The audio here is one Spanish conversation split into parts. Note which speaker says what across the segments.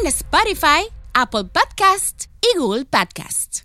Speaker 1: en Spotify, Apple Podcast y Google Podcast.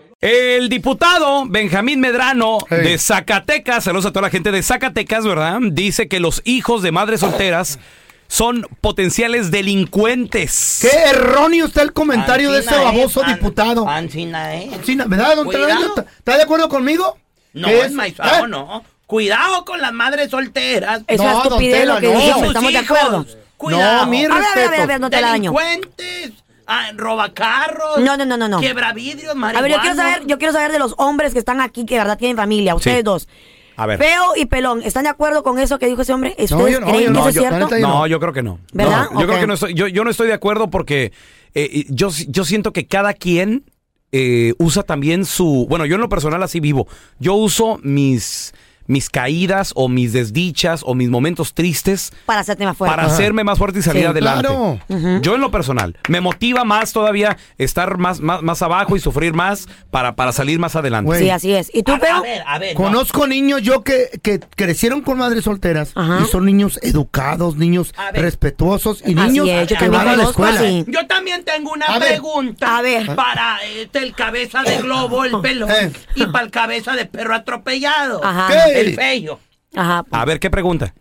Speaker 2: El diputado Benjamín Medrano de Zacatecas, saludos a toda la gente de Zacatecas, ¿verdad? Dice que los hijos de madres solteras son potenciales delincuentes.
Speaker 3: Qué erróneo está el comentario de
Speaker 4: Ancina,
Speaker 3: ese baboso
Speaker 4: eh, an-
Speaker 3: diputado.
Speaker 4: Ancina, eh.
Speaker 3: Sí, na- ¿Verdad, don
Speaker 4: Cuidado.
Speaker 3: Telaraño? ¿Está- ¿Está de acuerdo conmigo?
Speaker 4: No,
Speaker 3: ¿Qué
Speaker 4: es maizado,
Speaker 3: ¿Eh?
Speaker 4: no. Cuidado con las madres solteras.
Speaker 5: Es
Speaker 3: No,
Speaker 5: una
Speaker 3: don
Speaker 5: estupidez
Speaker 3: Tela,
Speaker 5: lo que
Speaker 3: no.
Speaker 5: dijiste,
Speaker 4: sus
Speaker 5: estamos de
Speaker 4: hijos.
Speaker 5: acuerdo.
Speaker 4: Cuidado.
Speaker 3: No, mi
Speaker 5: A ver, a ver, a ver,
Speaker 3: respeto.
Speaker 5: a ver, no te la daño.
Speaker 4: Delincuentes, ah, robacarros.
Speaker 5: No, no, no, no, no.
Speaker 4: Quebravidrios,
Speaker 5: A ver, yo quiero
Speaker 4: marihuanos.
Speaker 5: saber, yo quiero saber de los hombres que están aquí que de verdad tienen familia, ustedes
Speaker 2: Sí.
Speaker 5: dos.
Speaker 2: A ver.
Speaker 5: Feo y Pelón, ¿están de acuerdo con eso que dijo ese hombre? ¿Ustedes
Speaker 3: No, yo no,
Speaker 5: creen
Speaker 3: yo
Speaker 5: que
Speaker 3: no,
Speaker 5: eso es
Speaker 3: yo- la
Speaker 5: cierto?
Speaker 3: neta,
Speaker 2: No, yo creo que no.
Speaker 5: ¿Verdad?
Speaker 2: No, yo creo
Speaker 5: Ok.
Speaker 2: que no estoy, yo, yo no estoy de acuerdo porque eh, eh, yo, si- yo siento que cada quien eh, usa también su. Bueno, yo en lo personal así vivo. Yo uso mis, mis caídas o mis desdichas o mis momentos tristes
Speaker 5: Para hacerte más fuerte.
Speaker 2: para hacerme más fuerte y salir
Speaker 5: Sí.
Speaker 2: adelante.
Speaker 3: Claro.
Speaker 2: Yo en lo personal, me motiva más todavía estar más, más, más abajo y sufrir más para, para salir más adelante.
Speaker 3: Güey.
Speaker 5: Sí, así es. ¿Y tú,
Speaker 4: A, a
Speaker 5: Feo?
Speaker 4: ver, a ver. no.
Speaker 3: Conozco niños yo que, que crecieron con madres solteras
Speaker 5: Ajá.
Speaker 3: y son niños educados, niños
Speaker 4: A ver.
Speaker 3: respetuosos y
Speaker 5: Así
Speaker 3: niños
Speaker 5: es, yo
Speaker 3: que
Speaker 5: también
Speaker 3: van a la
Speaker 5: conozco
Speaker 3: escuela.
Speaker 5: así.
Speaker 4: Yo también tengo una
Speaker 3: A ver.
Speaker 4: pregunta
Speaker 5: A ver.
Speaker 4: para este, el cabeza de globo, el pelón,
Speaker 3: Eh.
Speaker 4: y para el cabeza de perro atropellado,
Speaker 5: Ajá.
Speaker 3: ¿Qué?
Speaker 4: el feo.
Speaker 5: Ajá.
Speaker 2: A ver, ¿qué pregunta?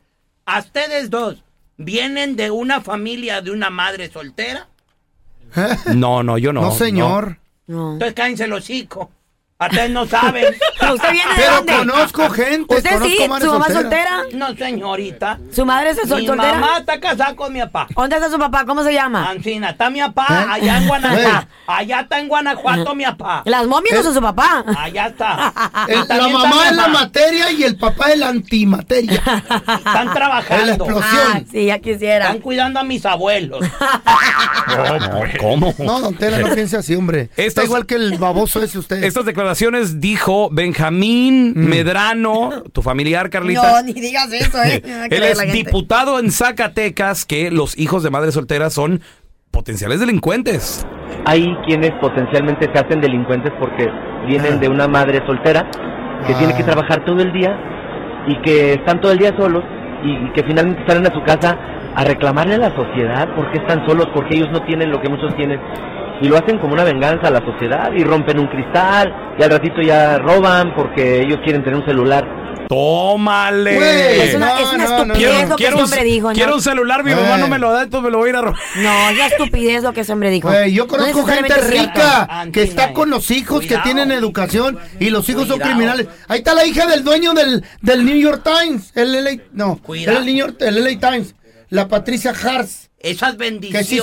Speaker 4: ¿A ustedes dos vienen de una familia de una madre soltera?
Speaker 2: No, no, yo no.
Speaker 3: ¿Eh? No, señor.
Speaker 5: No.
Speaker 4: Entonces cállense el hocico. A ustedes no saben.
Speaker 5: Pero ¿Usted viene de
Speaker 3: Pero
Speaker 5: dónde?
Speaker 3: conozco gente,
Speaker 5: ¿Usted
Speaker 3: conozco
Speaker 5: sí?
Speaker 3: madres
Speaker 5: ¿Su mamá
Speaker 3: solteras.
Speaker 5: soltera?
Speaker 4: No, señorita.
Speaker 5: ¿Su madre es sol-
Speaker 4: Mi
Speaker 5: soltera?
Speaker 4: mamá está casada con mi papá.
Speaker 5: ¿Dónde está su papá? ¿Cómo se llama?
Speaker 4: Ancina, está mi papá
Speaker 3: ¿Eh?
Speaker 4: allá en Guanajuato.
Speaker 3: Ey.
Speaker 4: Allá está en Guanajuato mi papá.
Speaker 5: ¿Las momias no son su papá?
Speaker 4: Allá está.
Speaker 5: Ah,
Speaker 3: El-
Speaker 4: Y
Speaker 3: Eh, la
Speaker 4: también está
Speaker 3: mamá
Speaker 4: mi
Speaker 3: es la
Speaker 4: papá.
Speaker 3: materia y el papá es la antimateria.
Speaker 4: Están
Speaker 3: Es la
Speaker 4: trabajando.
Speaker 3: explosión.
Speaker 5: Ah, sí, ya quisiera.
Speaker 4: Están cuidando a mis abuelos.
Speaker 2: ¿Cómo?
Speaker 3: No, don Tela, no piense así, hombre. Está
Speaker 2: Estos-
Speaker 3: igual que el baboso ese usted.
Speaker 2: Estas declaraciones dijo Benjamín
Speaker 3: Mm.
Speaker 2: Medrano, tu familiar Carlita.
Speaker 5: ni digas eso, ¿eh? Me va a
Speaker 2: Él
Speaker 5: creer
Speaker 2: es
Speaker 5: la gente.
Speaker 2: diputado en Zacatecas que los hijos de madres solteras son potenciales delincuentes.
Speaker 6: hay quienes potencialmente se hacen delincuentes porque vienen de una madre soltera que
Speaker 3: Ah.
Speaker 6: tiene que trabajar todo el día y que están todo el día solos y, y que finalmente salen a su casa a reclamarle a la sociedad por qué están solos, porque ellos no tienen lo que muchos tienen. Y lo hacen como una venganza a la sociedad y rompen un cristal y al ratito ya roban porque ellos quieren tener un celular.
Speaker 2: Tómale.
Speaker 3: Güey,
Speaker 5: Es una, es una
Speaker 3: No, no, no.
Speaker 5: estupidez lo que ese
Speaker 2: un-
Speaker 5: hombre dijo. ¿no?
Speaker 2: quiero un celular, mi mamá
Speaker 3: Eh.
Speaker 2: no me lo da, entonces me lo voy a ir a robar.
Speaker 5: No, es una estupidez lo que ese hombre dijo.
Speaker 3: Güey, yo
Speaker 5: No
Speaker 3: conozco gente
Speaker 5: necesariamente es cierto.
Speaker 3: rica
Speaker 4: Antina,
Speaker 3: que está
Speaker 4: eh.
Speaker 3: con los hijos
Speaker 4: Cuidado.
Speaker 3: que tienen educación y los hijos son
Speaker 4: Cuidado.
Speaker 3: criminales. Ahí está la hija del dueño del, del New York Times, el LA, no,
Speaker 4: Cuidado.
Speaker 3: el New York, el LA Times, la Patricia Hars,
Speaker 4: Esas
Speaker 3: que se hizo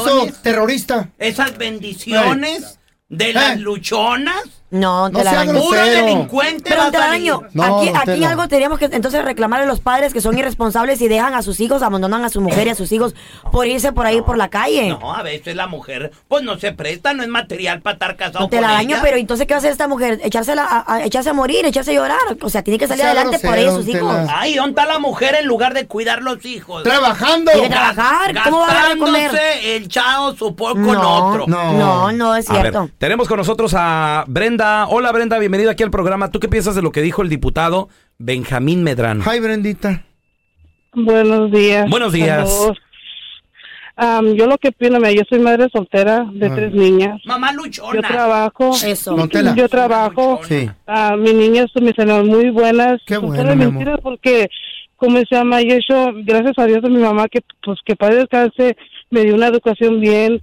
Speaker 4: bendiciones.
Speaker 3: terrorista.
Speaker 4: Esas bendiciones de
Speaker 3: Eh.
Speaker 4: las luchonas
Speaker 5: No,
Speaker 3: No
Speaker 5: te la
Speaker 3: sea
Speaker 5: daño.
Speaker 3: grosero.
Speaker 4: Puro
Speaker 3: Cero.
Speaker 4: delincuente
Speaker 5: Pero
Speaker 4: va a
Speaker 5: te la
Speaker 4: salir.
Speaker 5: daño.
Speaker 3: No,
Speaker 5: aquí
Speaker 3: don
Speaker 5: aquí
Speaker 3: Tela.
Speaker 5: algo tenemos que entonces reclamarle a los padres que son irresponsables y dejan a sus hijos, abandonan a su mujer y a sus hijos por irse por ahí por la calle. No,
Speaker 4: No, a veces la mujer, pues no se presta, no es material para estar casado
Speaker 5: te
Speaker 4: con
Speaker 5: la daño,
Speaker 4: ella.
Speaker 5: pero entonces ¿qué va a hacer esta mujer? Echársela a, a- echarse a morir, echarse a llorar. O sea, tiene que salir
Speaker 3: Sea
Speaker 5: adelante por ahí
Speaker 3: grosero,
Speaker 5: sus
Speaker 3: don
Speaker 5: hijos.
Speaker 3: Tela.
Speaker 4: Ay, ¿dónde está la mujer en lugar de cuidar los hijos?
Speaker 3: Trabajando.
Speaker 5: Tiene que trabajar. ¿Cómo va a dar de comer?
Speaker 4: Gastándose el chao su por con
Speaker 5: No,
Speaker 4: otro.
Speaker 3: No.
Speaker 5: no, no es
Speaker 2: A ver,
Speaker 5: cierto.
Speaker 2: tenemos con nosotros a Brenda. Hola Brenda, bienvenida aquí al programa. ¿Tú qué piensas de lo que dijo el diputado Benjamín Medrano?
Speaker 3: Ay, Brendita.
Speaker 7: Buenos días.
Speaker 2: Buenos días.
Speaker 7: a todos. Am, yo lo que opino, mira, yo soy madre soltera de
Speaker 3: Ah.
Speaker 7: tres niñas.
Speaker 4: Mamá
Speaker 7: Yo
Speaker 4: luchona.
Speaker 7: trabajo.
Speaker 5: Eso.
Speaker 3: Don Tela.
Speaker 7: Yo trabajo.
Speaker 3: Sí.
Speaker 7: Ah, mis niñas son mis señoras muy buenas.
Speaker 3: Qué
Speaker 7: Son
Speaker 3: bueno,
Speaker 7: puras
Speaker 3: mi amor.
Speaker 7: mentiras porque, como se llama, yo he hecho, gracias a Dios a mi mamá, que pues que padre descanse, me dio una educación bien.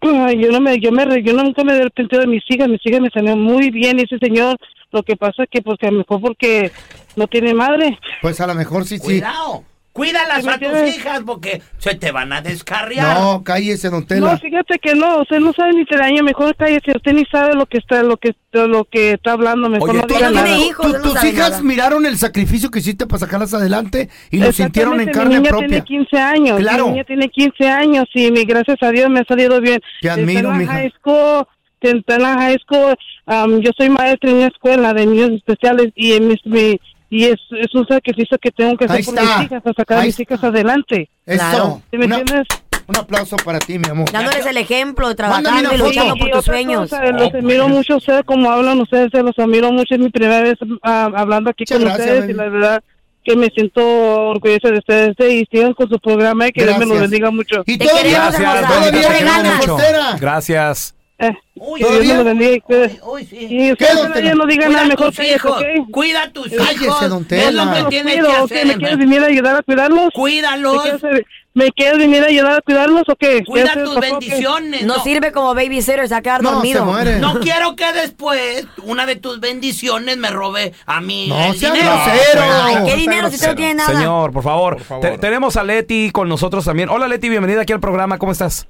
Speaker 7: Ay, Yo no me, yo me, re- yo nunca me he arrepentido de mis hijas, mis hijas me salieron muy bien, y ese señor, lo que pasa que pues que a lo mejor porque no tiene madre.
Speaker 3: Pues a lo mejor sí, sí.
Speaker 4: Cuidado. Cuídalas
Speaker 7: ¿Me
Speaker 4: a tus
Speaker 7: entiendes?
Speaker 4: hijas porque se te van a descarriar.
Speaker 3: No, cállese, don Tela.
Speaker 7: No, fíjate que no, usted no sabe ni te daño, mejor cállese, usted ni sabe lo que está, lo que, lo que está hablando, mejor
Speaker 2: Oye,
Speaker 7: no
Speaker 3: Tú-
Speaker 7: diga
Speaker 5: no tiene
Speaker 7: nada.
Speaker 3: tú-
Speaker 5: hijos,
Speaker 3: tú-
Speaker 5: no
Speaker 3: tus
Speaker 5: sabe
Speaker 3: hijas
Speaker 5: nada.
Speaker 3: miraron el sacrificio que hiciste para sacarlas adelante y lo sintieron en
Speaker 7: Exactamente,
Speaker 3: carne
Speaker 7: mi niña
Speaker 3: propia.
Speaker 7: tiene 15 años.
Speaker 3: Claro.
Speaker 7: Mi niña tiene 15 años y mi, gracias a Dios me ha salido bien.
Speaker 3: Te admiro,
Speaker 7: Está en la
Speaker 3: mija.
Speaker 7: high school, está en la high school, am, yo soy maestra en una escuela de niños especiales y, en mis- mi- y es, es un sacrificio que tengo que hacer
Speaker 3: Ahí
Speaker 7: por
Speaker 3: está.
Speaker 7: mis hijas, para sacar a
Speaker 3: Ahí
Speaker 7: mis
Speaker 3: está.
Speaker 7: hijas adelante.
Speaker 3: Eso.
Speaker 5: Claro.
Speaker 7: ¿Sí me
Speaker 3: Una-
Speaker 7: entiendes?
Speaker 3: un aplauso para ti, mi amor.
Speaker 5: Dándoles el ejemplo,
Speaker 3: Mándame
Speaker 5: trabajando
Speaker 3: una
Speaker 5: y luchando
Speaker 3: foto.
Speaker 5: por
Speaker 7: y
Speaker 5: tus
Speaker 7: otra
Speaker 5: sueños.
Speaker 7: cosa, los
Speaker 3: pues,
Speaker 7: admiro mucho a ustedes como hablan ustedes, se los admiro mucho, es mi primera vez ah, hablando aquí
Speaker 3: Muchas
Speaker 7: con
Speaker 3: gracias,
Speaker 7: ustedes
Speaker 3: baby.
Speaker 7: y la verdad que me siento orgullosa de ustedes y sigan con su programa y que Dios me lo
Speaker 3: Gracias.
Speaker 7: bendiga mucho.
Speaker 3: Y
Speaker 5: Te
Speaker 3: todavía,
Speaker 5: queremos,
Speaker 2: Gracias,
Speaker 5: hermosa.
Speaker 2: Brenda,
Speaker 3: todavía
Speaker 2: te
Speaker 3: eres
Speaker 2: queremos
Speaker 3: una
Speaker 5: gana.
Speaker 2: mucho.
Speaker 3: soltera.
Speaker 2: Graas.
Speaker 7: Eh,
Speaker 4: Uy,
Speaker 7: que Dios me lo bendiga y
Speaker 4: uy,
Speaker 7: que-
Speaker 4: uy, sí.
Speaker 7: y ustedes
Speaker 3: Quédate.
Speaker 7: todavía no digan
Speaker 4: Cuida
Speaker 7: nada
Speaker 4: a
Speaker 7: mejor
Speaker 4: tus
Speaker 7: que eso,
Speaker 4: hijos.
Speaker 7: ¿ok?
Speaker 4: Cuida a tus
Speaker 3: Cállese,
Speaker 4: hijos. Es
Speaker 3: don
Speaker 4: lo
Speaker 3: Tela.
Speaker 4: que
Speaker 7: Los
Speaker 4: tienes que
Speaker 7: cuido, ¿ok? ¿Me
Speaker 4: hacer.
Speaker 7: quieres
Speaker 4: ve.
Speaker 7: venir a ayudar a cuidarlos? ¿Me
Speaker 4: Cuídalos.
Speaker 7: quieres, me quieres venir a ayudar a cuidarlos o qué? Ya
Speaker 4: Cuida
Speaker 7: se
Speaker 4: tus
Speaker 7: tapó que-
Speaker 4: bendiciones.
Speaker 5: No sirve como babysitter, se va a quedar
Speaker 3: No,
Speaker 5: dormido.
Speaker 3: se muere.
Speaker 4: No quiero que después una de tus bendiciones me robe a mí.
Speaker 3: No,
Speaker 4: el
Speaker 3: sea
Speaker 4: dinero.
Speaker 3: grosero.
Speaker 5: Ay,
Speaker 3: No,
Speaker 5: ¿Qué
Speaker 3: está
Speaker 5: dinero si usted no tiene nada?
Speaker 2: Señor, por favor.
Speaker 3: favor.
Speaker 2: Te- tenemos a Leti con nosotros también. Hola Leti, bienvenida aquí al programa. ¿Cómo estás?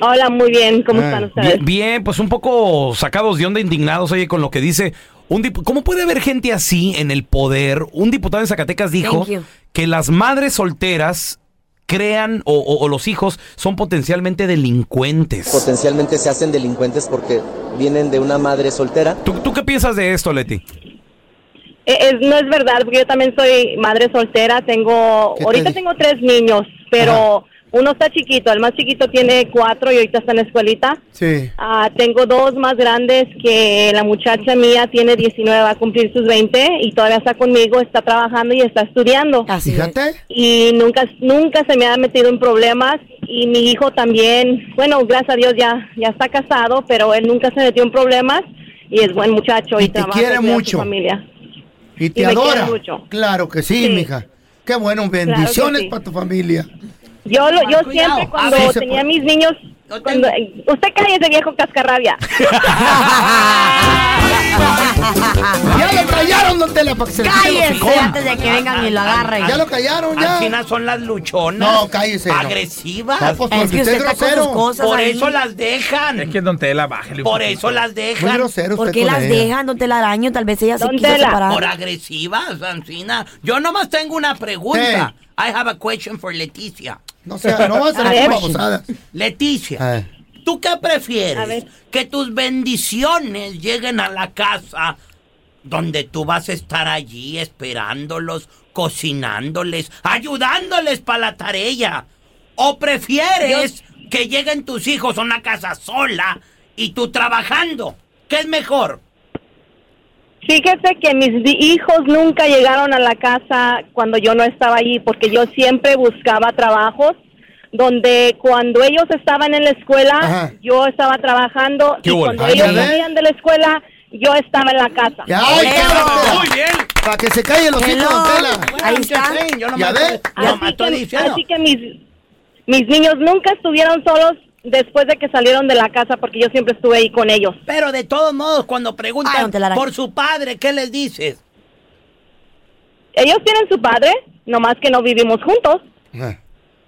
Speaker 7: Hola, muy bien, ¿cómo
Speaker 3: Ah,
Speaker 7: están ustedes?
Speaker 2: Bien, bien, pues un poco sacados de onda, indignados, oye, con lo que dice. Un dipu- ¿Cómo puede haber gente así en el poder? Un diputado en Zacatecas dijo
Speaker 5: Thank you.
Speaker 2: que las madres solteras crean o, o- o los hijos son potencialmente delincuentes.
Speaker 6: Potencialmente se hacen delincuentes porque vienen de una madre soltera.
Speaker 2: ¿Tú, tú qué piensas de esto, Leti?
Speaker 7: Eh, es- no es verdad, porque yo también soy madre soltera, tengo,
Speaker 3: ¿Qué te
Speaker 7: ahorita
Speaker 3: di-
Speaker 7: tengo tres niños, pero uno está chiquito, el más chiquito tiene cuatro y ahorita está en la escuelita.
Speaker 3: Sí.
Speaker 7: Ah, tengo dos más grandes que la muchacha mía tiene 19, va a cumplir sus 20 y todavía está conmigo, está trabajando y está estudiando.
Speaker 5: Así es.
Speaker 3: Fíjate.
Speaker 7: Y nunca, nunca se me ha metido en problemas y mi hijo también, bueno, gracias a Dios ya, ya está casado, pero él nunca se metió en problemas y es buen muchacho y,
Speaker 3: Y te
Speaker 7: trabaja
Speaker 3: quiere
Speaker 7: y cuida a su
Speaker 3: mucho.
Speaker 7: familia.
Speaker 3: Y te
Speaker 7: Y me quiere
Speaker 3: adora.
Speaker 7: mucho.
Speaker 3: Claro que sí,
Speaker 7: Sí.
Speaker 3: mija. Qué bueno, bendiciones
Speaker 7: sí.
Speaker 3: para tu familia.
Speaker 7: Yo, lo, yo
Speaker 4: Cuidado.
Speaker 7: siempre cuando
Speaker 3: Ah, sí se
Speaker 7: tenía
Speaker 3: puede.
Speaker 7: mis niños,
Speaker 4: Yo
Speaker 7: cuando, usted cállese viejo cascarrabia.
Speaker 3: Ya lo callaron, don Tela, para que se le quite el
Speaker 5: Cállese
Speaker 3: hocicón.
Speaker 5: antes de que vengan y lo agarren.
Speaker 3: Ya lo callaron, ya.
Speaker 4: Así son las luchonas.
Speaker 3: No, cállese, no.
Speaker 4: Agresivas.
Speaker 3: No, pues,
Speaker 5: Es
Speaker 3: porque
Speaker 5: que usted está con sus cosas
Speaker 4: Por
Speaker 5: ahí.
Speaker 4: eso las dejan.
Speaker 8: Es que Don Tela, bájale. un
Speaker 4: Por
Speaker 8: poquito.
Speaker 4: eso las
Speaker 3: Muy
Speaker 4: dejan.
Speaker 3: grosero usted
Speaker 5: ¿Por qué
Speaker 3: con
Speaker 5: las
Speaker 3: ella.
Speaker 5: dejan, don Telaraño? Tal vez ella se
Speaker 7: Don
Speaker 5: quiso
Speaker 7: Tela.
Speaker 4: Por
Speaker 5: separar.
Speaker 4: agresivas, Ancina. Yo nomás tengo una pregunta. I have a question for Leticia.
Speaker 3: No, sea, no vas a
Speaker 7: A
Speaker 3: hacer
Speaker 7: ver.
Speaker 3: babosadas.
Speaker 4: Leticia,
Speaker 3: Ah.
Speaker 4: ¿tú qué
Speaker 7: A
Speaker 4: prefieres?
Speaker 7: ver.
Speaker 4: Que tus bendiciones lleguen a la casa donde tú vas a estar allí esperándolos, cocinándoles, ayudándoles para la tarea. ¿O prefieres que lleguen tus hijos a una casa sola y tú trabajando? ¿Qué es mejor?
Speaker 7: Fíjese que mis di- hijos nunca llegaron a la casa cuando yo no estaba allí, porque yo siempre buscaba trabajos donde cuando ellos estaban en la escuela,
Speaker 3: Ajá.
Speaker 7: yo estaba trabajando
Speaker 2: ¿Qué
Speaker 7: y
Speaker 2: hubo?
Speaker 7: cuando
Speaker 3: Ay,
Speaker 7: ellos
Speaker 3: ya ves.
Speaker 7: salían de la escuela, yo estaba en la casa.
Speaker 3: Ya, ay,
Speaker 5: Eso.
Speaker 3: cállate.
Speaker 4: Muy bien.
Speaker 3: Para que se calle los hijos,
Speaker 5: Hello.
Speaker 3: don Tela.
Speaker 5: Ahí está.
Speaker 4: Yo
Speaker 3: Ya
Speaker 4: nomás
Speaker 3: ves.
Speaker 4: estoy-
Speaker 7: Así,
Speaker 4: nomás estoy
Speaker 7: que,
Speaker 4: diciendo.
Speaker 7: así que mis, mis niños nunca estuvieron solos después de que salieron de la casa, porque yo siempre estuve ahí con ellos.
Speaker 4: Pero de todos modos, cuando
Speaker 5: Ay,
Speaker 4: preguntan
Speaker 5: don Telaraño.
Speaker 4: por su padre, ¿qué les dices?
Speaker 7: Ellos tienen su padre, nomás que no vivimos juntos.
Speaker 4: Pero,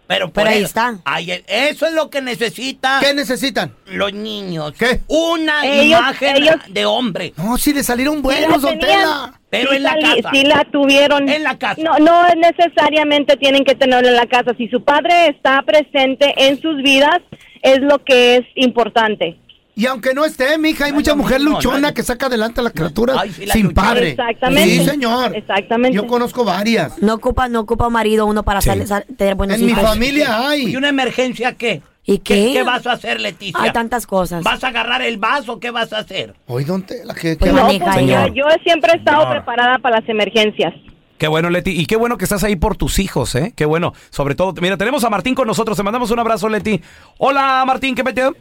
Speaker 5: Pero
Speaker 4: por
Speaker 5: ahí
Speaker 4: eso-
Speaker 5: está.
Speaker 4: ahí es- eso es lo que necesitan
Speaker 3: ¿Qué necesitan?
Speaker 4: los niños.
Speaker 3: ¿Qué?
Speaker 4: Una
Speaker 7: Ellos-
Speaker 4: imagen
Speaker 7: ellos-
Speaker 4: de hombre.
Speaker 3: No, si le salieron
Speaker 7: la
Speaker 3: buenos, don
Speaker 7: tenían.
Speaker 3: Tela.
Speaker 4: Pero
Speaker 7: Sí
Speaker 4: en la
Speaker 7: sali-
Speaker 4: casa.
Speaker 7: sí la tuvieron.
Speaker 4: En la casa.
Speaker 7: No, no necesariamente tienen que tenerlo en la casa. Si su padre está presente en sus vidas, es lo que es importante.
Speaker 3: Y aunque no esté, mija, hay mucha
Speaker 4: lo
Speaker 3: mujer
Speaker 4: mismo,
Speaker 3: luchona
Speaker 4: no es-
Speaker 3: que saca adelante a las criaturas
Speaker 4: Ay, sí, la
Speaker 3: sin
Speaker 4: luchona.
Speaker 3: padre.
Speaker 7: Exactamente.
Speaker 3: Sí, señor.
Speaker 7: Exactamente.
Speaker 3: Yo conozco varias.
Speaker 5: No ocupa, no ocupa marido uno para sal- sal- tener buenos
Speaker 3: En mi
Speaker 5: hijos.
Speaker 3: familia hay.
Speaker 4: ¿Y una emergencia qué?
Speaker 5: ¿Y qué?
Speaker 4: ¿Qué vas a hacer, Leticia?
Speaker 5: Hay tantas cosas.
Speaker 4: ¿Vas a agarrar el vaso? ¿Qué vas a hacer?
Speaker 3: Oye, don Tela, ¿qué,
Speaker 5: Pues
Speaker 3: qué-
Speaker 7: No,
Speaker 5: maneja
Speaker 7: porque
Speaker 5: ella.
Speaker 7: yo, yo siempre he estado
Speaker 4: Señora.
Speaker 7: preparada para las emergencias.
Speaker 2: Qué bueno, Leti. Y qué bueno que estás ahí por tus hijos, ¿eh? Qué bueno. Sobre todo, mira, tenemos a Martín con nosotros. Te mandamos un abrazo, Leti. Hola, Martín, ¿qué metió?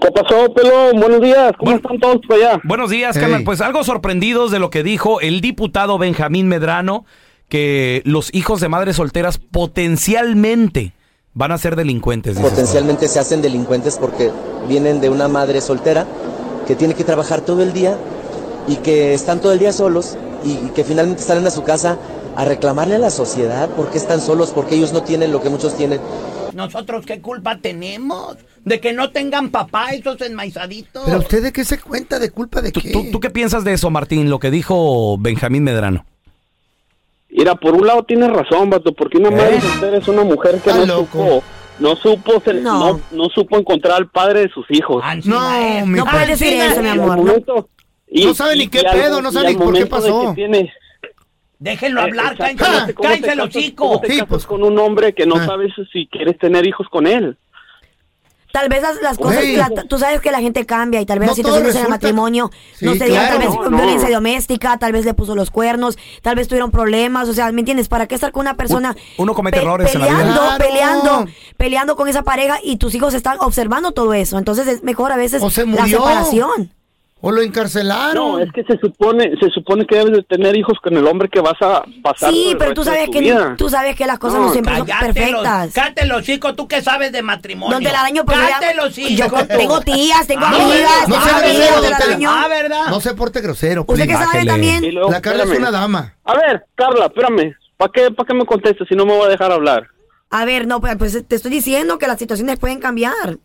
Speaker 6: ¿Qué pasó, pelón? Buenos días. ¿Cómo
Speaker 2: Bueno.
Speaker 6: están todos por allá?
Speaker 2: Buenos días,
Speaker 3: Hey.
Speaker 2: carnal. Pues algo sorprendidos de lo que dijo el diputado Benjamín Medrano, que los hijos de madres solteras potencialmente van a ser delincuentes. dices tú.
Speaker 8: Potencialmente se hacen delincuentes porque vienen de una madre soltera que tiene que trabajar todo el día y que están todo el día solos y, y que finalmente salen a su casa a reclamarle a la sociedad por qué están solos, porque ellos no tienen lo que muchos tienen.
Speaker 4: ¿Nosotros qué culpa tenemos? De que no tengan papá esos enmaizaditos.
Speaker 3: ¿Pero usted de qué se cuenta? ¿De culpa de
Speaker 2: ¿Tú,
Speaker 3: qué?
Speaker 2: tú- tú qué piensas de eso, Martín, lo que dijo Benjamín Medrano?
Speaker 8: Mira, por un lado tienes razón, vato, porque una
Speaker 2: ¿Eh?
Speaker 8: madre soltera es una mujer que
Speaker 3: Está
Speaker 8: no
Speaker 3: loco.
Speaker 8: supo, no supo, ser-
Speaker 5: No.
Speaker 8: no. no supo encontrar al padre de sus hijos.
Speaker 4: Ansina,
Speaker 3: No,
Speaker 4: eh.
Speaker 3: mi
Speaker 5: No puedes
Speaker 3: padre.
Speaker 5: decir eso, mi
Speaker 8: Y al
Speaker 5: amor. ¿no?
Speaker 8: momento- y-
Speaker 3: No sabe ni
Speaker 8: y-
Speaker 3: qué
Speaker 8: y al-
Speaker 3: pedo, no
Speaker 8: y
Speaker 3: sabe
Speaker 8: al
Speaker 3: ni por qué
Speaker 8: momento de
Speaker 3: pasó.
Speaker 8: que tiene-
Speaker 4: Déjenlo hablar,
Speaker 8: Eh,
Speaker 4: cállense,
Speaker 3: exactamente,
Speaker 8: ¿cómo te
Speaker 4: cállense el
Speaker 8: casas-
Speaker 4: hocico.
Speaker 8: cómo te
Speaker 3: Sí,
Speaker 8: casas
Speaker 3: pues.
Speaker 8: con un hombre que no
Speaker 3: Ah.
Speaker 8: sabes si quieres tener hijos con él.
Speaker 5: Tal vez las, las cosas,
Speaker 3: Güey.
Speaker 5: la- tú sabes que la gente cambia y tal vez
Speaker 3: No
Speaker 5: las situaciones
Speaker 3: todo
Speaker 5: en el
Speaker 3: resulta-
Speaker 5: matrimonio
Speaker 3: Sí,
Speaker 5: no se dieron, tal
Speaker 3: claro.
Speaker 5: vez
Speaker 8: No, no.
Speaker 5: violencia doméstica, tal vez le puso los cuernos, tal vez tuvieron problemas, o sea, ¿me entiendes? ¿Para qué estar con una persona
Speaker 2: uno comete errores en la vida.
Speaker 5: peleando,
Speaker 3: Claro.
Speaker 5: peleando, peleando con esa pareja y tus hijos están observando todo eso? Entonces es mejor a veces
Speaker 3: O se
Speaker 5: la
Speaker 3: murió.
Speaker 5: separación.
Speaker 3: ¿O lo encarcelaron?
Speaker 8: No, es que se supone, se supone que debes de tener hijos con el hombre que vas a pasar. por
Speaker 5: Sí,
Speaker 8: el
Speaker 5: pero tú
Speaker 8: resto de
Speaker 5: sabes
Speaker 8: tu
Speaker 5: que
Speaker 8: vida.
Speaker 5: tú sabes que las cosas no,
Speaker 8: No,
Speaker 5: siempre son
Speaker 4: Cállate los,
Speaker 5: perfectas.
Speaker 4: cállate el hocico, tú que sabes de matrimonio.
Speaker 5: Donde la daño, pues,
Speaker 4: cállate
Speaker 5: mira,
Speaker 4: los
Speaker 5: yo
Speaker 4: hijos.
Speaker 5: tengo tías, tengo
Speaker 4: Ah,
Speaker 5: amigas,
Speaker 3: no
Speaker 5: tengo
Speaker 3: se
Speaker 5: amigos,
Speaker 3: haga eso,
Speaker 5: donde la
Speaker 3: don
Speaker 5: daño.
Speaker 3: Tela.
Speaker 4: Ah, ¿verdad?
Speaker 3: No se porte grosero.
Speaker 5: Usted que
Speaker 3: primo.
Speaker 5: sabe
Speaker 2: Bájele.
Speaker 8: Y
Speaker 5: también.
Speaker 8: luego,
Speaker 3: La Carla es
Speaker 8: espérame.
Speaker 3: una dama.
Speaker 8: A ver, Carla, espérame. ¿Para qué, pa' qué me contestas si no me voy a dejar hablar?
Speaker 5: A ver, no, pues, pues, te estoy diciendo que las situaciones pueden cambiar.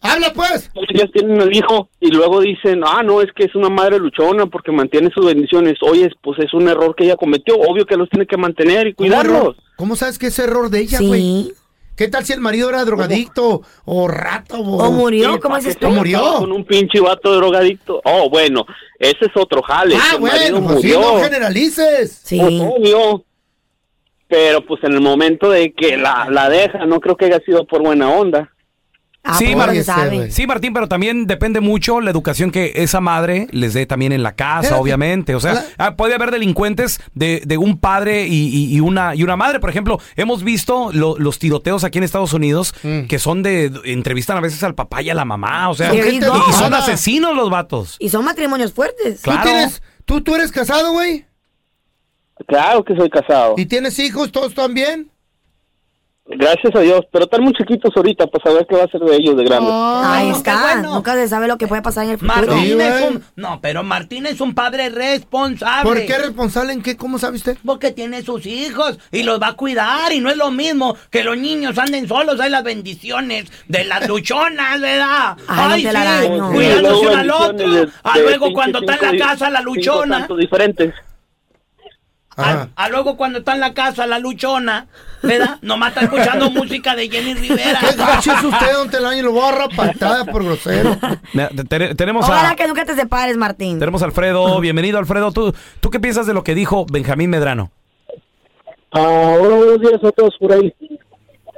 Speaker 3: ¡Habla, pues!
Speaker 8: Ellas tienen el hijo y luego dicen, ah, no, es que es una madre luchona porque mantiene sus bendiciones. Oye, pues es un error que ella cometió. Obvio que los tiene que mantener y
Speaker 3: ¿Cómo, error-
Speaker 8: cuidarlos.
Speaker 3: ¿Cómo sabes que es error de ella,
Speaker 5: sí.
Speaker 3: güey? ¿Qué tal si el marido era drogadicto o rato? O,
Speaker 5: O murió, ¿cómo
Speaker 8: ¿pa'
Speaker 5: dices
Speaker 8: qué
Speaker 5: tú?
Speaker 8: se
Speaker 3: Murió.
Speaker 8: casaba Con un pinche vato drogadicto. Oh, bueno, ese es otro jale.
Speaker 3: Ah,
Speaker 8: que el marido
Speaker 3: bueno, pues sí,
Speaker 8: murió.
Speaker 3: no generalices.
Speaker 5: Sí.
Speaker 8: Pues, obvio. Pero pues en el momento de que la, la deja, no creo que haya sido por buena onda.
Speaker 5: Ah,
Speaker 2: Sí,
Speaker 5: pues,
Speaker 2: Marta,
Speaker 5: se
Speaker 3: ese,
Speaker 5: sabe.
Speaker 3: güey.
Speaker 2: Sí, Martín, pero también depende mucho la educación que esa madre les dé también en la casa,
Speaker 3: Espérate.
Speaker 2: obviamente. O sea,
Speaker 3: Hola.
Speaker 2: ah, puede haber delincuentes de, de un padre y, y- y una, y una madre. Por ejemplo, hemos visto lo- los tiroteos aquí en Estados Unidos
Speaker 5: Mm.
Speaker 2: que son de. entrevistan a veces al papá y a la mamá. O sea,
Speaker 5: Sí,
Speaker 2: y,
Speaker 5: gente
Speaker 2: y son
Speaker 3: educada.
Speaker 2: asesinos los vatos.
Speaker 5: Y son matrimonios fuertes.
Speaker 3: ¿Tú,
Speaker 2: Claro.
Speaker 3: tienes- tú, tú eres casado, güey.
Speaker 8: Claro que soy casado.
Speaker 3: ¿Y tienes hijos? ¿Todos están bien?
Speaker 8: Gracias a Dios. Pero están muy chiquitos ahorita para saber qué va a ser de ellos de grandes.
Speaker 5: Ahí
Speaker 4: qué
Speaker 5: está.
Speaker 4: bueno.
Speaker 5: Nunca se sabe lo que puede pasar en el futuro.
Speaker 3: Sí,
Speaker 4: Martín es
Speaker 3: güey.
Speaker 4: un... No, pero Martín es un padre responsable.
Speaker 3: ¿Por qué es responsable en qué? ¿Cómo sabe usted?
Speaker 4: Porque tiene sus hijos y los va a cuidar y no es lo mismo que los niños anden solos, hay las bendiciones de las luchonas, ¿verdad?
Speaker 5: Ay, no te la
Speaker 4: sí,
Speaker 5: daño.
Speaker 4: cuidándose
Speaker 8: Luego
Speaker 4: uno al otro,
Speaker 8: bendiciones de-
Speaker 4: a
Speaker 8: de
Speaker 4: luego
Speaker 8: cinco,
Speaker 4: cuando está en la
Speaker 8: cinco,
Speaker 4: casa la
Speaker 8: cinco
Speaker 4: luchona,
Speaker 8: tantos diferentes.
Speaker 3: Ajá.
Speaker 4: a, a luego cuando está en la casa la luchona, ¿verdad? Nomás está escuchando música de Jenny Rivera.
Speaker 3: ¿Qué gacho es usted, don Telaño? Lo voy a agarrar patada por grosero.
Speaker 2: Mira, te- te- tenemos
Speaker 5: Ojalá
Speaker 2: a.
Speaker 5: que nunca te separes, Martín.
Speaker 2: Tenemos a Alfredo. Bienvenido, Alfredo. ¿Tú, ¿Tú qué piensas de lo que dijo Benjamín Medrano?
Speaker 5: Ah,
Speaker 8: Ahora buenos días a todos por ahí.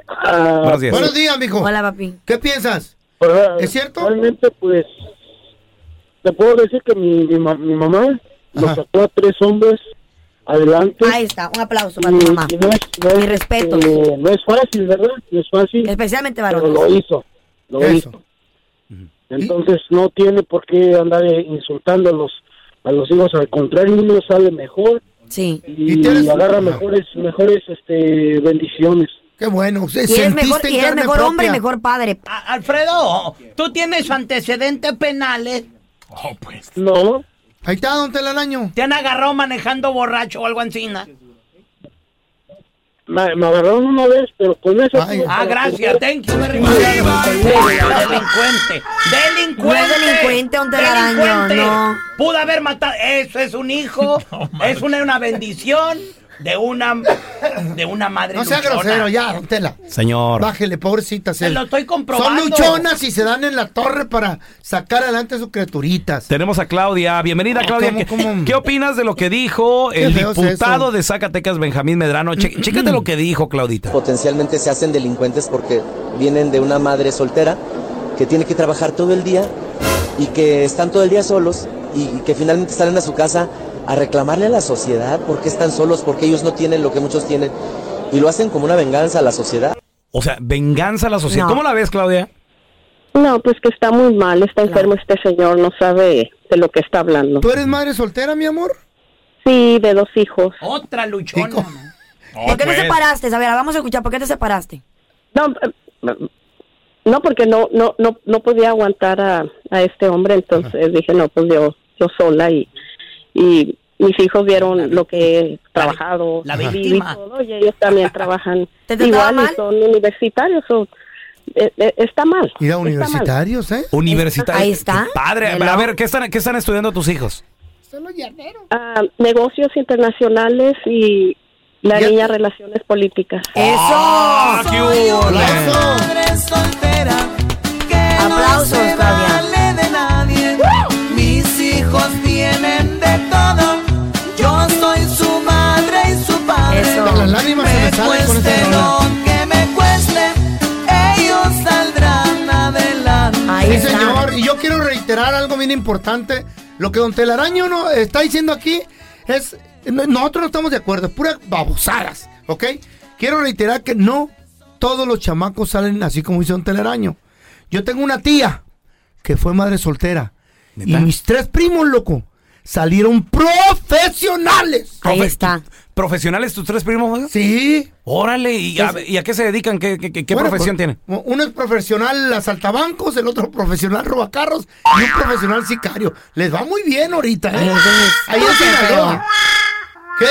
Speaker 8: Ah,
Speaker 2: Buenos días.
Speaker 3: Buenos días, mijo.
Speaker 5: Hola, papi.
Speaker 3: ¿Qué piensas?
Speaker 8: Pues, ¿verdad?
Speaker 3: ¿Es cierto?
Speaker 8: Realmente, pues, te puedo decir que mi, mi, ma- mi mamá nos
Speaker 3: Ajá.
Speaker 8: sacó a tres hombres adelante.
Speaker 5: Ahí está. Un aplauso para tu
Speaker 8: y,
Speaker 5: mamá.
Speaker 8: y no es, no es,
Speaker 5: Mis respetos.
Speaker 8: eh, no es fácil, ¿verdad? No es fácil,
Speaker 5: Especialmente
Speaker 8: pero
Speaker 5: varones.
Speaker 8: lo hizo, lo
Speaker 3: Eso.
Speaker 8: hizo. Entonces, no tiene por qué andar eh, insultando a los, a los hijos, al contrario, uno sale mejor
Speaker 5: Sí.
Speaker 8: y,
Speaker 3: Y tienes-
Speaker 8: agarra
Speaker 3: Ajá.
Speaker 8: mejores, mejores este, bendiciones.
Speaker 3: Qué bueno. se-
Speaker 5: Y eres
Speaker 3: sentiste
Speaker 5: mejor,
Speaker 3: en
Speaker 5: y eres
Speaker 3: carne
Speaker 5: mejor hombre y
Speaker 3: propia.
Speaker 5: mejor padre.
Speaker 4: A- Alfredo, tú tienes antecedentes penales,
Speaker 8: No,
Speaker 3: Oh, pues. Ahí está, don Telaraño.
Speaker 4: te han agarrado manejando borracho o algo encima.
Speaker 7: me, me agarraron una vez, pero con eso...
Speaker 4: Ah, gracias, thank you very much. Delincuente.
Speaker 5: No
Speaker 4: Delincuente.
Speaker 5: es delincuente, don Telaraño,
Speaker 4: Delincuente.
Speaker 5: no.
Speaker 4: Pudo haber matado. Eso es un hijo. es una, una bendición de una de una madre.
Speaker 3: No sea
Speaker 4: luchona.
Speaker 3: grosero, ya, don Tela.
Speaker 2: Señor.
Speaker 3: Bájele, pobrecita. Se
Speaker 4: lo estoy comprobando.
Speaker 3: Son luchonas y se dan en la torre para sacar adelante a sus criaturitas.
Speaker 2: Tenemos a Claudia. Bienvenida,
Speaker 3: No,
Speaker 2: Claudia.
Speaker 3: Ah, ¿cómo,
Speaker 2: ¿Qué,
Speaker 3: cómo?
Speaker 2: qué opinas de lo que dijo
Speaker 3: Qué
Speaker 2: el
Speaker 3: feo es
Speaker 2: diputado
Speaker 3: eso.
Speaker 2: de Zacatecas, Benjamín Medrano? Che- chécate lo que dijo, Claudita.
Speaker 8: Potencialmente se hacen delincuentes porque vienen de una madre soltera que tiene que trabajar todo el día y que están todo el día solos y y que finalmente salen a su casa a reclamarle a la sociedad por qué están solos, porque ellos no tienen lo que muchos tienen y lo hacen como una venganza a la sociedad.
Speaker 2: O sea, venganza a la sociedad.
Speaker 8: No.
Speaker 2: ¿Cómo la ves, Claudia?
Speaker 9: No, pues que está muy mal, está enfermo este señor, no sabe de lo que está hablando.
Speaker 3: ¿Tú eres madre soltera, mi amor?
Speaker 9: Sí, de dos hijos.
Speaker 4: Otra luchona.
Speaker 5: ¿Por qué te separaste? A ver, vamos a escuchar, ¿por qué te separaste?
Speaker 9: No, eh, no porque no no no no podía aguantar a, a este hombre, entonces dije, no, pues yo yo sola y y mis hijos vieron lo que he trabajado,
Speaker 4: la
Speaker 9: viví
Speaker 4: víctima.
Speaker 9: y todo, y ellos también trabajan
Speaker 5: ¿Te trataba
Speaker 9: igual
Speaker 5: mal?
Speaker 9: y son universitarios, o- eh, eh, está mal.
Speaker 3: Mira,
Speaker 9: está mal.
Speaker 3: universitarios, ¿eh?
Speaker 2: Universitario.
Speaker 9: Ahí está.
Speaker 2: Padre,
Speaker 9: Hello.
Speaker 2: a ver, ¿qué están, ¿qué están estudiando tus hijos?
Speaker 9: Ah, negocios internacionales y la niña relaciones políticas.
Speaker 5: ¡Eso!
Speaker 2: Ah, ¡Qué hubo, le?
Speaker 5: Aplausos, Claudia.
Speaker 10: de nadie. Mis hijos tienen de todo. Yo soy su madre y su padre.
Speaker 3: Las lágrimas se me
Speaker 10: Me
Speaker 3: salen con
Speaker 10: cueste
Speaker 3: esta
Speaker 10: lo
Speaker 3: rola.
Speaker 10: que me cueste, ellos saldrán adelante.
Speaker 3: sí, señor. Y yo quiero reiterar algo bien importante. Lo que don Telaraño no está diciendo aquí es... no- Nosotros no estamos de acuerdo. Es pura babosadas, ¿ok? Quiero reiterar que no todos los chamacos salen así como dice don Telaraño. Yo tengo una tía que fue madre soltera. Y mis tres primos, loco, salieron profesionales.
Speaker 2: Profe- ¿Profesionales tus tres primos? güey?
Speaker 3: Sí.
Speaker 2: Órale, ¿y a, y a qué se dedican? ¿Qué, qué- qué- qué
Speaker 3: Bueno,
Speaker 2: profesión
Speaker 3: pues,
Speaker 2: tienen?
Speaker 3: Uno es profesional asaltabancos, el otro profesional robacarros y un profesional sicario. Les va muy bien ahorita, ¿eh? Ahí en Sinaloa.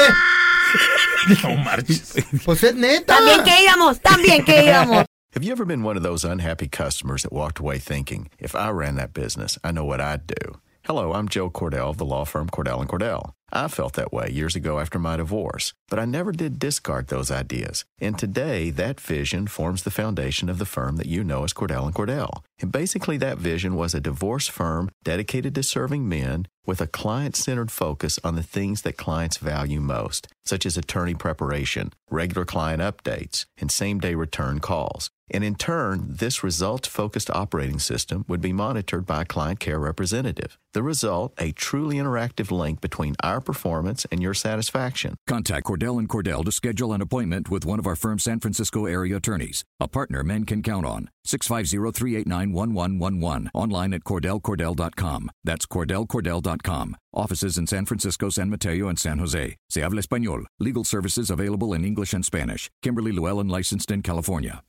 Speaker 3: ¿Qué?
Speaker 11: No marches.
Speaker 3: Pues es neta.
Speaker 5: También que íbamos, también que íbamos.
Speaker 11: Have you ever been one of those unhappy customers that walked away thinking, if I ran that business, I know what I'd do? Hello, I'm Joe Cordell of the law firm Cordell and Cordell. I felt that way years ago after my divorce, but I never did discard those ideas. And today, that vision forms the foundation of the firm that you know as Cordell and Cordell. And basically, that vision was a divorce firm dedicated to serving men with a client centered focus on the things that clients value most, such as attorney preparation, regular client updates, and same day return calls. And in turn, this results focused operating system would be monitored by a client care representative. The result, a truly interactive link between our performance and your satisfaction.
Speaker 12: Contact Cordell and Cordell to schedule an appointment with one of our firm's San Francisco area attorneys, a partner men can count on. 650-389-1111. Online at cordellcordell.com. That's cordellcordell.com. Offices in San Francisco, San Mateo, and San Jose. Se habla español. Legal services available in English and Spanish. Kimberly Llewellyn licensed in California.